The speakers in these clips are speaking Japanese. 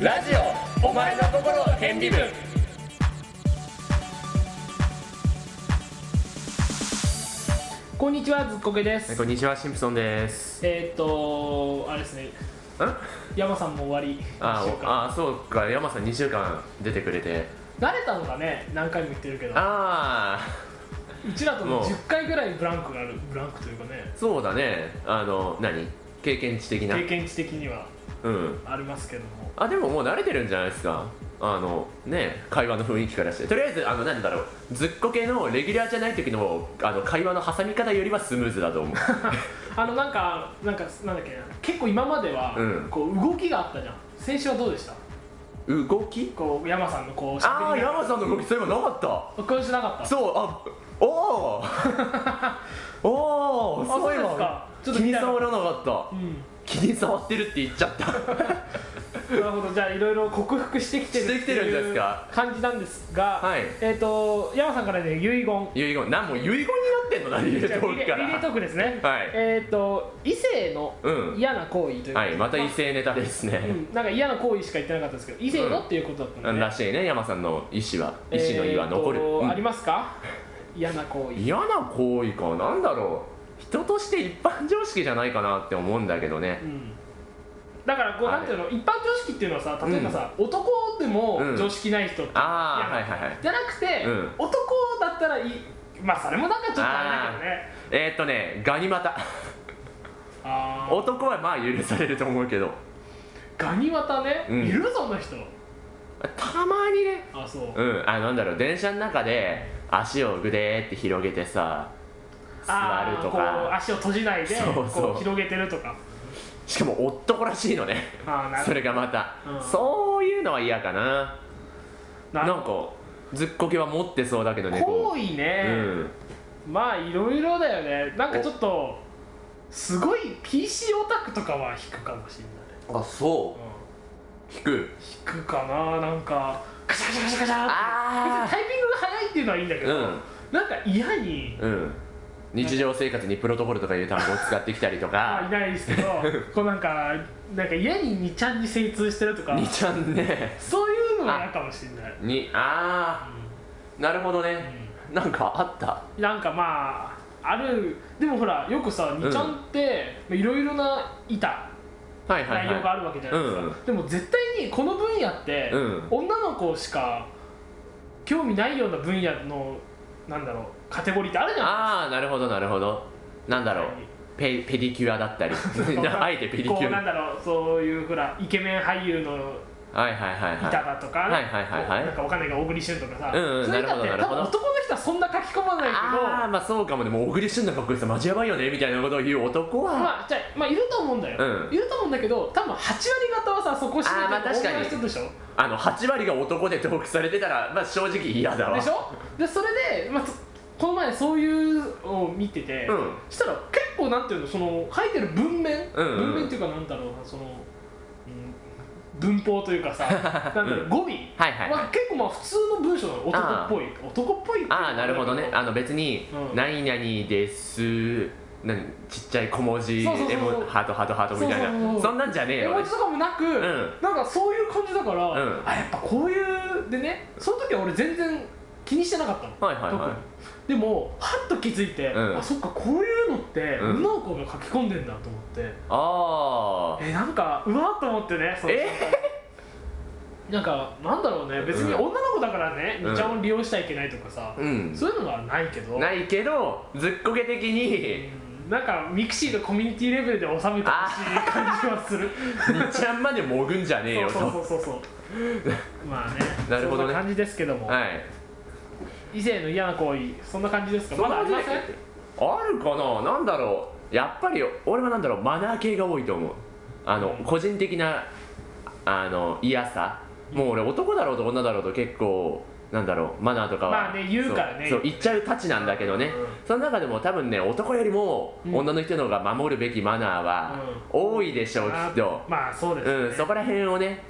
ラジオお前の心を変微分こんにちは、ずっこけです。こんにちはシンプソンですえーっと、あれですね、ん山さんも終わりでしあょうおか。あそうか山さん2週間出てくれて慣れたのがね、何回も言ってるけど、うあちらとももう10回ぐらいブランクがある、ブランクというかねあ、そうだねあの何経験値的な経験値的にはうんありますけども、あでももう慣れてるんじゃないですかあのね会話の雰囲気からしてとりあえずあのなんだろうずっこけのレギュラーじゃない時のあの会話の挟み方よりはスムーズだと思うあの、なんか、なんか、なんだっけな、結構今までは、うんこう動きがあったじゃん。先週はどうでした 動きこう、山さんのこう、しあありな山さんの動きそういえばなかったこうしなかった。そう、あ、おお。 おお、あそういえそうですかば。ちょっと気に見たら触らなかうっん、た。気に触ってるって言っちゃった。なるほどじゃあいろいろ克服してきてるしてきてるんですかっていう感じなんですが、はいえっ、と山さんからね遺言遺言、なんも遺言になってんの、何、リレじゃーあトリーレクかリレートら。ークですね、はいえっ、と異性のうん嫌な行為というか、はい、また異性ネタですまあ、ね。うん、なんか嫌な行為しか言ってなかったですけど異性のっていうことだったんで、ねらしいね、山さんの意思は、意思の意は残る。えーとうんありますか嫌な行為嫌な行為か、なんだろう。人として一般常識じゃないかなって思うんだけどねう。んだからこうはいなんていうの一般常識っていうのはさ例えばさ、男でもうん常識ない人って、ああ、いはいやはいはい。じゃなくて、うん男だったらいいまあそれもなんかちょっとあれだけどねえーっとね、ガ ニ股。あー男はまあ許されると思うけど。ガニ股ね、うんいるそんな人たまにね。あそう、うん、あなんだろう電車の中で足をぐでーって広げてさ座あるーとこうか足を閉じないでそうそうこう広げてるとかしかも男らしいのねあーなるそれがまた、うんそういうのは嫌かなななんかずっこけは持ってそうだけどね行こ為う、うね、ん、まあいろいろだよねなんかちょっとすごい PC オタクとかは引くかもしれなあそい、う引くうん、引くかななんかカシャカシャカシャカシャあーって別にタイピングが早いっていうのはいいんだけうど、んなんか嫌にうん日常生活にプロトコルとかいう単語を使ってきたりとまあいかないですけ どこうなんかなんか嫌に2ちゃんに精通してるとかにちゃんねそういうのは嫌かもしれない、にああなるほどね、なんかあったなんかまああるでもほらよくさ2ちゃんってまあいろいろな板はいはい内はい容があるわけじゃないですか、うんうでも絶対にこの分野って、うん女の子しか興味ないような分野のなんだろうカテゴリーってあるじゃないああなるほどなるほどなんだろうペペディキュアだっ たりあえてペディこキうなんュだろうそういうほらイケメン俳優のアはいはいはい板はだとか、はいはいはいはいなんかわかんないけど小栗旬とかさ、うんうんそういうのって多なるほど分なるほ男どの人はそんな書き込まないいけああどーまあそうかもでも小栗旬のかっこよさマジやばいよねみたいなことを言う男はまあ、じゃあまあいると思うんだよ、うんいると思うんだけど多分8割方はさそこ知ってあーまあ確かに女の人でしょあの8割が男でトークされてたらまあ正直嫌だわでしょでそれで、まあ、そこの前そういうのを見てて、うんしたら結構なんていうのその書いてる文面、うんうん文面っていうかなんだろうなその、うん文法という かさなんだろう語尾はいはいはいまあ、結構まあ普通の文章なの男っぽい男っぽいっていうのあはあなるほどねあの別にう「ん何々です」なんちっちゃい小文字でそうそうそうそうもハートハートハートみたいそうそうそうそなうそんなんじゃねえ絵よ文字とかもなく、んなんかそういう感じだから、うんあやっぱこういうでねその時は俺全然気にしてなかったの、はいはいはい特にでもはっと気づいて、うんあそっかこういうのってうん女の子が書き込んでんだと思って、ああえなんかうわーと思ってねそのえなんかなんだろうね別にうん女の子だからねうんみちゃんを利用しちゃいけないとかさ、うんそういうのはないけどないけどずっこけ的にうんなんかミクシーがコミュニティレベルで収めてほしい感じはす るにちゃんまでもぐんじゃねえよとそうそうそうそうそうまあね なるほどそんねな感じですけども、はい以前の嫌な行為そんな感じですかまだありませんあるかななんだろうやっぱり俺はなんだろうマナー系が多いと思うあの、うん個人的なあの嫌さもう俺男だろうと女だろうと結構なんだろうマナーとかはまあね言うからねそうそう言っちゃうたちなんだけどね、うんその中でも多分ね男よりもうん女の人の方が守るべきマナーは多いでしょう、きっとあまあそうですね、うん、そこら辺をね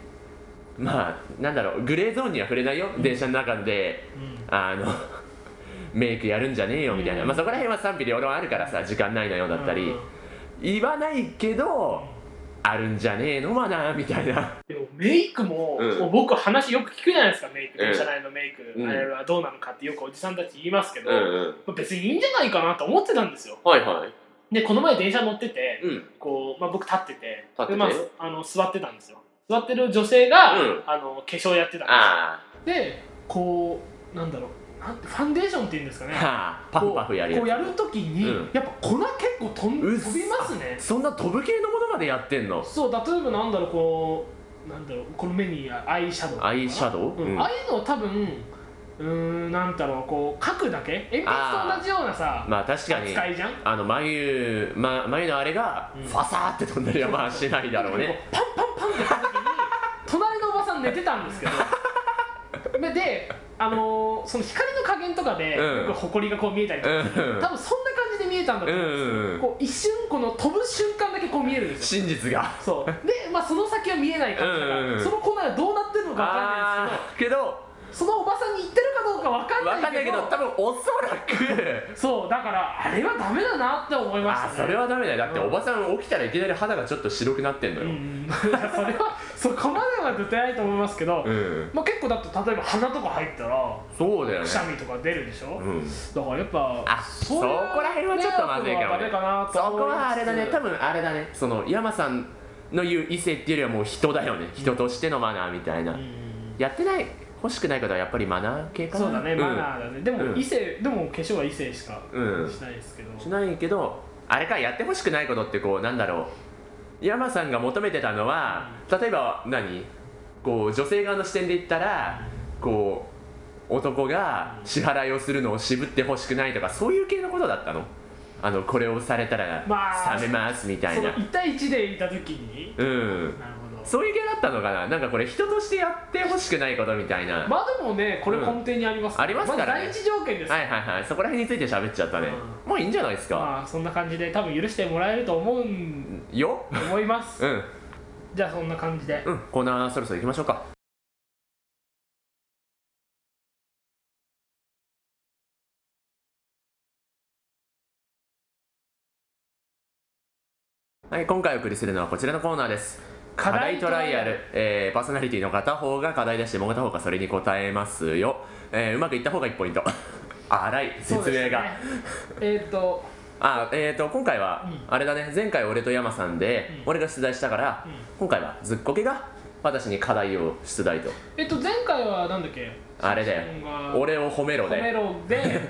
まあなんだろうグレーゾーンには触れないよ、電車の中でうんあの メイクやるんじゃねえよみたいな、うんまあ、そこら辺は賛否両論あるからさ時間ないのよだったり、うん言わないけどあるんじゃねえのマナーみたいなでもメイクも,、うんもう僕話よく聞くじゃないですかメイクうん電車内のメイク、うんあれはどうなのかってよくおじさんたち言いますけど、んまあ別にいいんじゃないかなと思ってたんですよはいはいでこの前電車乗ってて、うんこうまあ、僕立ってて立っててでまあ、あの座ってたんですよ座ってる女性が、うんあの化粧やってたんであすよでこうなんだろうなんてファンデーションっていうんですかあねはあパフパフやるこうややるときに、うんやっぱ粉結構飛んうっ飛さびますねつそんな飛ぶ系のものまでやってんのそう例えばなんだろうこうなんだろうこの目にアイシャドウとかアイシャドウ、うんああいうのを多分うーんなんだろうこう書くだけ鉛筆と同じようなさまあ確かに使いじゃんあの眉,、ま、眉のあれがうんファサーって飛んだりはまあしないだろうね、パンパンパンってやった時に隣のおばさん寝てたんですけ どでであのーその光の加減とかで、うんよく埃がこう見えたりとか、うん多分そんな感じで見えたんだとうん思うんですよ、うんうんこう一瞬この飛ぶ瞬間だけこう見えるんで すよ真実がそうで、まあ、その先は見えない感じだから、うんうんうんその粉がどうなってるのか分かんないですけどあーけどそのおばさんに言ってるかどうかわかん分なかいんけないどけど多分おそらくそうだからあれはダメだなって思いました、あね、ーそれはダメだよだってうんおばさん起きたらいきなり肌がちょっと白くなってんのうよ、ん それはそこまでは出てないと思いますけど、うん、まあ、結構だって例えば鼻とか入ったらそうだよくねしゃみとか出るでしょ、うん、だからやっぱあそこら辺はちょっとまずいかもねねなそと思いこますはあれだね多分あれだねその山さんの言う異性っていうよりはもう人だよね人としてのマナーみたいな、うんやってない欲しくないことはやっぱりマナー系かなそうだね、んマナーだねでもうん異性、でも化粧は異性しかうんしないですけど、しないけどあれかやってほしくないことってこうなんだろう山さんが求めてたのは例えば何こう女性側の視点で言ったらこう男が支払いをするのを渋ってほしくないとかそういう系のことだったのあのこれをされたらまあ冷めますみたいそな、の1対1でいた時にうんなるほどそういう系だったのかななんかこれ人としてやってほしくないことみたいな、まあでもねこれ根底にありますうんありますからねあ第一条件ですはいはいはいそこら辺について喋っちゃったね、もういいんじゃないですか、まあそんな感じで多分許してもらえると思うんよ思いますうんじゃあそんな感じでうんコーナーそろそろ行きましょうかはい、今回お送りするのはこちらのコーナーです課題トライアル、えーパーソナリティの片方が課題出してもう片方がそれに答えますよ、えーうまくいった方が1ポイント 荒いそう説ですね明が、えーっとあえー、と今回はうあれだね、前回俺と山さんでうん俺が出題したから、うん今回はずっこけが私に課題を出題とえっと前回はなんだっけあれだよ質問が俺を褒めろ褒めでろで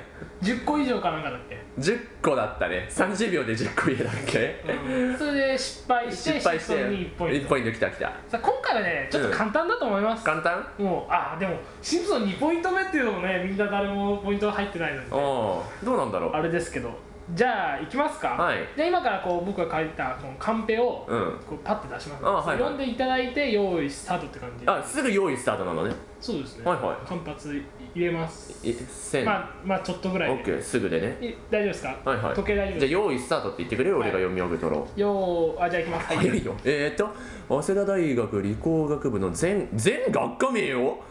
10個以上かなんかだっけ、 10個だったね30秒で10個言えたっけ、うんそれで失敗して失敗し失て踪に1ポイント1ポイントきたきたさあ今回はねちょっと簡単だと思います、簡単もうあーでもシンプソン2ポイント目っていうのもねみんな誰もポイント入ってないのでおーどうなんだろうあれですけどじゃあいきますか、はいじゃあ今からこう僕が書いたこのカンペを、うんこうパッて出します、あはいはい読んでいただいて用意スタートって感じあすぐ用意スタートなのねそうですね、はいはい間髪入れますい1000、まあまあちょっとぐらいで、 OK すぐでねい大丈夫ですか、はいはい時計大丈夫じでゃあす用意スタートって言ってくれよ、俺が読み上げたらかよーあじゃあいきます、早いよえー、と早稲田大学理工学部の全全学科名を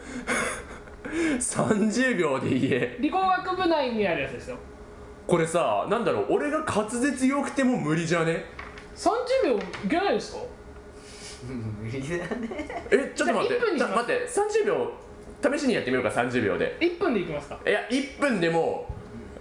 30秒で言え理工学部内にあるやつですよこれさなんだろう俺が滑舌よくても無理じゃね30秒いけないですか無理だねえちょっと待っじゃあ一分てにちしまょす待って30秒試しにやってみようか30秒で1分でいきますかいや1分でも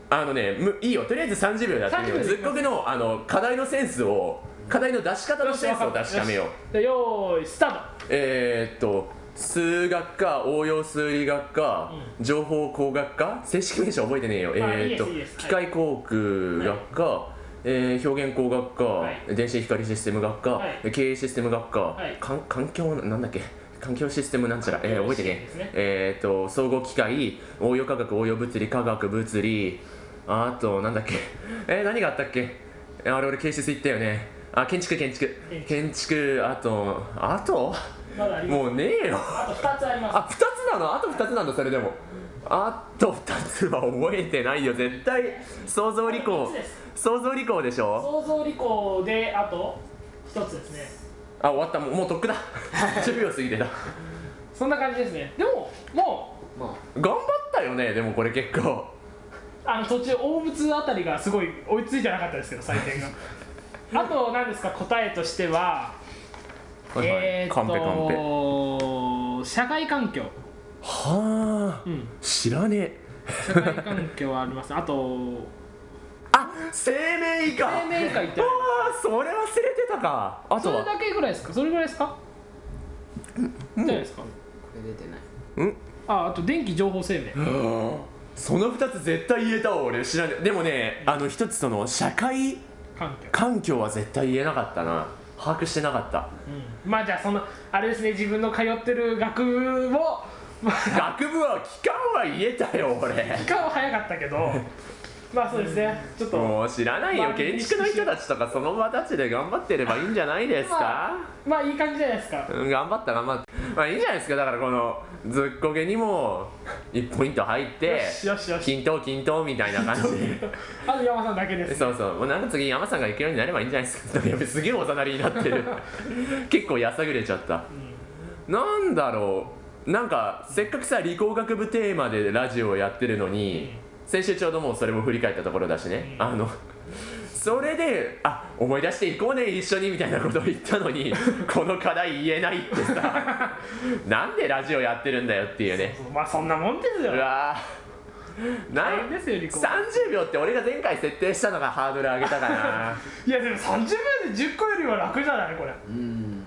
あのねむいいよとりあえず30秒でやってみよ30う秒ずでっこけのあの課題のセンスを課題の出し方のセンスを確かめようじゃあよーいスタートえー、っと数学科応用数理学科、情報工学科正式名称覚えてねえよ、まあえー、っといいですいいです機械工学学科、えー表現工学科、はい電子光システム学科、はい経営システム学科、いかん環境なんだっけ環境システムなんちゃら、えー覚えてでねすねえー、っと総合機械応用科学応用物理科学物理あとなんだっけえー、何があったっけえーあれ俺建設行ったよねあ建築建築建築建築あとあとまだありますもうねえよ あと2つありますあ二つなのあと2つなんだそれでもあと2つは覚えてないよ絶対想像利あ口と三つです想像利口でしょ想像利口であと1つですねあ終わったもうもうとっ くだ10秒過ぎてたそんな感じですねでももうま頑張ったよねでもこれ結構あの途中大仏あたりがすごい追いついてなかったですけど採点 があと何ですか答えとしてははいはいえー、カンペカンペっと社会環境、はあうん、知らねえ社会環境はありますあとあ生命以下生命以下行ってなあいあそれ忘れてたかあそとれはだけぐらいですかそれぐらいですかじゃないですかあこれ出てないうんああと電気情報生命その2つ絶対言えたわ俺知らねえでもねあの1つその社会環境、環境は絶対言えなかったな把握してなかったうん、まあじゃあそのあれですね自分の通ってる学部を まあ学部は期間は言えたよ俺期間は早かったけ どまあそうですねちょっともう知らないよまあ建築の人たちとかその場たちで頑張ってればいいんじゃないですかまあいい感じじゃないですかうん頑張った頑張ったまあいいんじゃないですかだからこのずっこけにも1ポイント入ってよしよしよし均等均等みたいな感あと山さんだけでじすそうそうもうなんか次山さんが行くようになればいいんじゃないですかやべすげえおざなりになってる結構やさぐれちゃったなんだろうなんかせっかくさ理工学部テーマでラジオをやってるのに、先週ちょうどもうそれも振り返ったところだしね、うんあのそれで「あ思い出していこうね一緒に」みたいなことを言ったのにこの課題言えないってさなんでラジオやってるんだよっていうねそうまあそんなもんですうよわーな大ん変ですよリコ30秒って俺が前回設定したのがハードル上げたかな いやでも30秒で10個よりは楽じゃないこれうん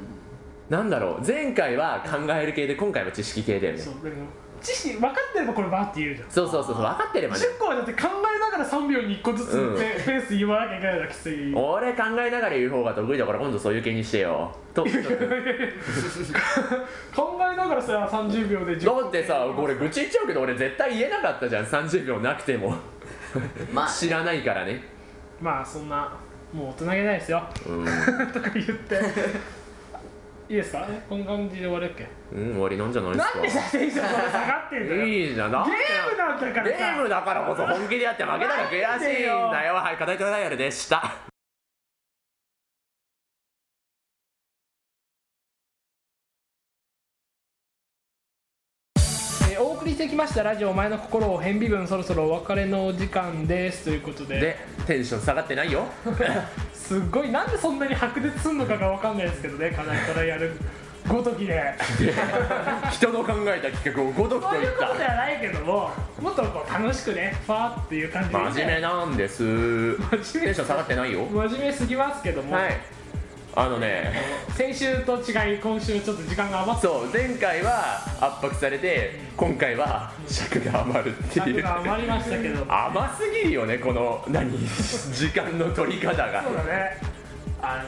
なんだろう前回は考える系で今回は知識系だよねそうでも知識分かってればこれバーって言うじゃんそうそうそうそう分かってればね10個はだって考えながら3秒に1個ずつうんってフェース言わなきゃいけないのがきつい、俺考えながら言う方が得意だから今度そういう系にしてよ と考えながらさ30秒で10個だってさこれ愚痴言っちゃうけど俺絶対言えなかったじゃん30秒なくてもまあ知らないからねまあそんなもう大人げないですようん、 とか言っていいですかこんな感じで終わるっけうん、終わりなんじゃないでなんですさテンションそれ下がってんだかよいいじゃんだっゲてームなんだからさゲームだからこそ本気でやって負けたら悔しいんなんだでよはい課題トライアルでしたえーお送りしてきましたラジオ「お前の心を変微分そろそろお別れのお時間です」ということででテンション下がってないよすっごいなんでそんなに白熱すんのかが分かんないですけどね課題からやるごときで人の考えた企画をごとくそうとい言っうことでたはないけどももっとこう楽しくねファーっていう感じで真面目なんです真面テ目ンション下がってないよ真面目すぎますけども、はいあのね先週と違い今週ちょっと時間が余ってそう前回は圧迫されて今回は尺が余るってい尺うが余りましたけ ど甘すぎるよねこの何時間の取り方がそうだねあ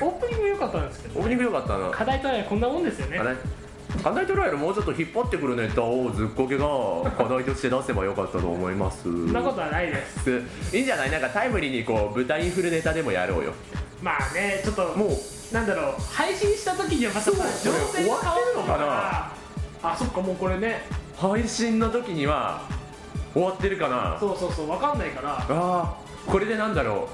のオープニング良かったんですけオーどプニング良かったな課題とはこんなもんですよねあれ課題トライアルもうちょっと引っ張ってくるネタをずっこけが課題として出せばよかったと思いますそんなことはないですいいんじゃないなんかタイムリーにこう豚インフルネタでもやろうよまあねちょっともうなんだろう配信した時にはまたそう情勢が変わるの終わかなあそっかもうこれね配信の時には終わってるかなそうそうそうわかんないからあーこれでなんだろ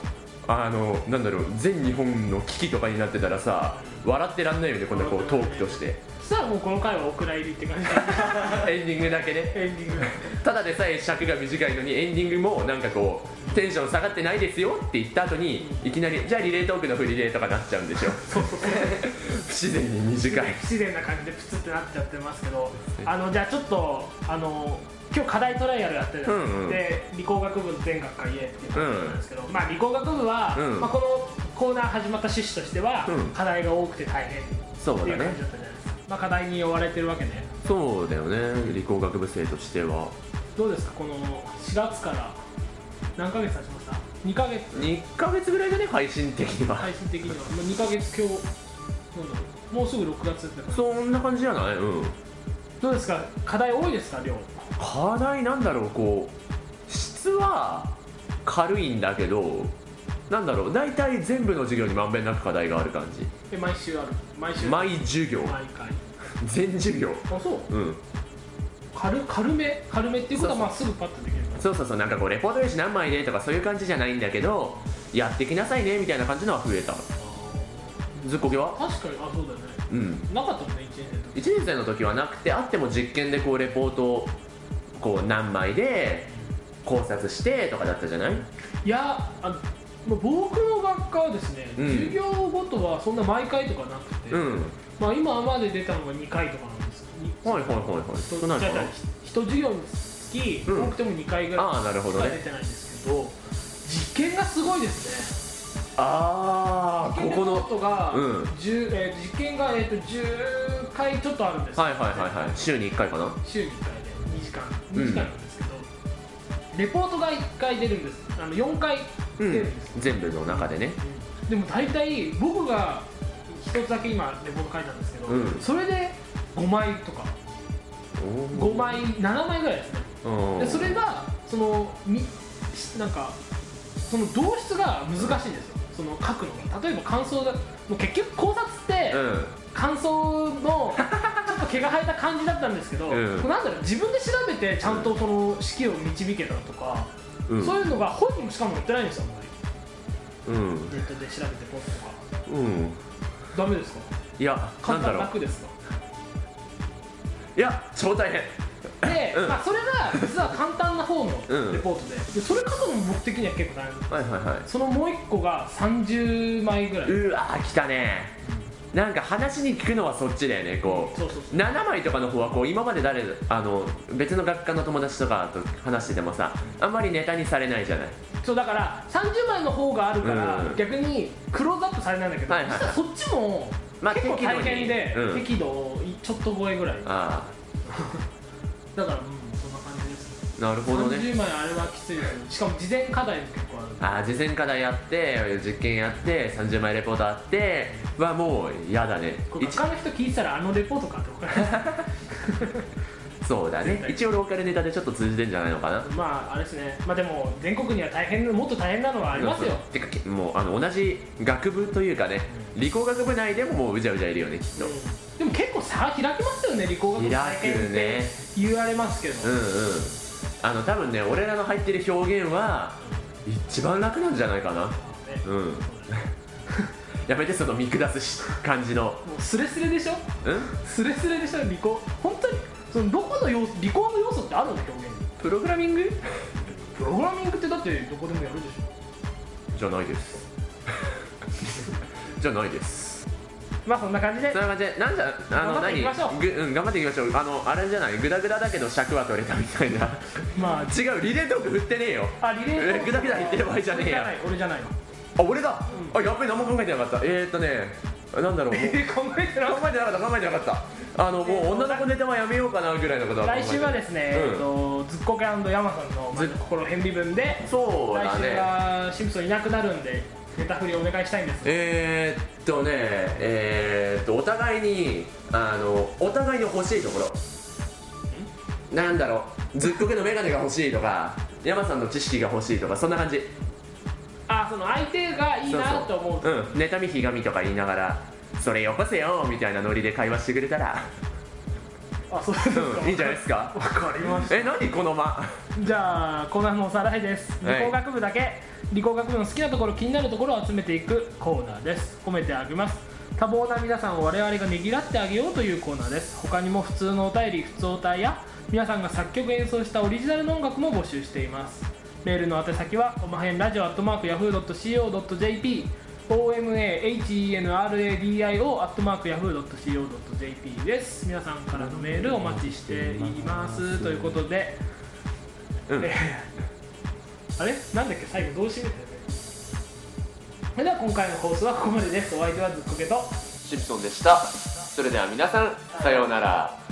うあのなんだろう全日本の危機とかになってたらさ笑ってらんないよねこんなこうトークとしてそしたらもうこの回はお蔵入りって感じ エンディングだけねエンディングただでさえ尺が短いのにエンディングもなんかこうテンション下がってないですよって言った後にいきなりじゃあリレートークのフリレーとかなっちゃうんでしょ不自然に短い不自然な感じでプツってなっちゃってますけどあのじゃあちょっとあの今日課題トライアルやってるじゃないですかうんうんで理工学部全学科言えっていう感じなんですけど、まあ理工学部は、うんまあ、このコーナー始まった趣旨としては、うん課題が多くて大変ってそういだう感ねじだったじゃないですか、まあ、課題に追われてるわけで、そうだよね理工学部生としてはどうですかこの4月から何ヶ月経ちました2ヶ月2ヶ月ぐらいだね配信的には、配信的にはまあ2ヶ月今日なんだろうもうすぐ6月ってそんな感じじゃないうんどうですか課題多いですか量課題なんだろうこう質は軽いんだけどなんだろう大体全部の授業にまんべんなく課題がある感じえ毎週ある毎週毎授業毎回全授業あそううん軽軽め軽めっていうことはまあすぐパッとできるそうそうそうなんかこうレポート用紙何枚でとかそういう感じじゃないんだけどやってきなさいねみたいな感じのは増えたずっこけは確かにあそうだよねうんなかったもんね1年生の時1年生の時はなくてあっても実験でこうレポートをこう何枚で考察してとかだったじゃないいやあのまあ僕の学科はですね、うん授業ごとはそんな毎回とかなくて、うんまあ、今まで出たのが2回とかなんですにはいはいはいはい人少ないかな一授業につき、うん多くても2回ぐらああなるほいしどかね出てないんですけど、実験がすごいですねああここのこことが、うん10えー実験が、えー、と10回ちょっとあるんですはいはいはいはい週に1回かな週に1回で2時間うん2時間なんですけど、レポートが1回出るんですあの4回う出るんんです、全部の中でねでも大体僕が一つだけ今レポート書いたんですけど、うんそれで5枚とか5枚7枚ぐらいですねうんでそれがそのみしなんかその動質が難しいんですよその書くのが例えば感想がもう結局考察ってうん感想のちょっと毛が生えた感じだったんですけど、うんなんだろう自分で調べてちゃんとその式を導けたとか、うんそういうのが本にもしかも載ってないんですよあんまりうんネットで調べてポストとかうんダメですかいやな簡んだ単ろう楽 ですかいや超大変で、うんまあ、それが実は簡単な方のうんレポートで,、でそれ書くのも僕的には結構大変はいはいはいそのもう一個が30枚ぐらいうわー来たねなんか話に聞くのはそっちだよねこうそうそうそう7枚とかの方はこう今まで誰あの別の学科の友達とかと話しててもさあんまりネタにされないじゃないそうだから30枚の方があるから、うん逆にクローズアップされないんだけど、はいはいはい実はそっちもまあ結構大変で、適度にうん適度ちょっと超えぐらいだかあら、うん、そんな感じですねあなるほどね30枚あれはきついですよしかも事前課題も結構あるああ事前課題やって実験やって30枚レポートあってはもう嫌だねこれ一他の人聞いてたらあのレポートかとか そうだ絶ね対一応ローカルネタでちょっと通じてんじゃないのかなまああれですねまあでも全国には大変もっと大変なのはありますよてかけもうあの同じ学部というかね理工学部内でももううじゃうじゃいるよねきっとでも結構差開きますよね理工学部開くね言われますけど、うんうんあの多分ね俺らの入ってる表現は一番楽なんじゃないかなねうんやめてその見下すし感じのもうスレスレでしょうんスレスレでしょ理工本当にそのどこの要素理工の要素ってあるの表現にプログラミングプログラミングってだってどこでもやるでしょじゃないです じゃないですまあそんな感じでそんな感じでなんじゃあの頑張っていきましょう何ぐうん頑張っていきましょうあのあれじゃないグダグダだけど尺は取れたみたいな まあ違うリレートーク振ってねえよあリレーえグダグダ言ってる場合じゃねえや俺じゃない俺じゃないわあ俺だ、あやっべ何も考えてなかったえー、っとねなんだろう もうえー考えてなかっ考えてなかった考えてなかったあのもう女の子ネタはやめようかなぐらいのことはた考え来て週はですね、うんえっとズッコケヤマさんのまあ心変微分でそうだ来週ねはシンプソンいなくなるんでネタ振りお願いしたいんですえー、っとねえー、っとお互いにあのお互いに欲しいところなんだろうずっこけの眼鏡が欲しいとか山さんの知識が欲しいとかそんな感じあその相手がいいなと思うとそうそううん妬みひがみとか言いながらそれよこせよみたいなノリで会話してくれたら、あそうですか、うん、いいんじゃないですか わかりましえ何この間たじゃあコーナーのおさらいですはい理工学部だけ、理工学部の好きなところ気になるところを集めていくコーナーです褒めてあげます多忙な皆さんを我々がねぎらってあげようというコーナーです他にも普通のお便り普通お便りや皆さんが作曲演奏したオリジナルの音楽も募集していますメールの宛先はおまへんラジオアットマークヤフー .co.jp omahenradio アットマークヤフー .co.jp です皆さんからのメールお待ちしていますということで、うんえーあれなんだっけ最後どう締めてたよねそれでは今回の放送はここまでですお相手はずっこけとシンプソンでしたそれでは皆さんさようなら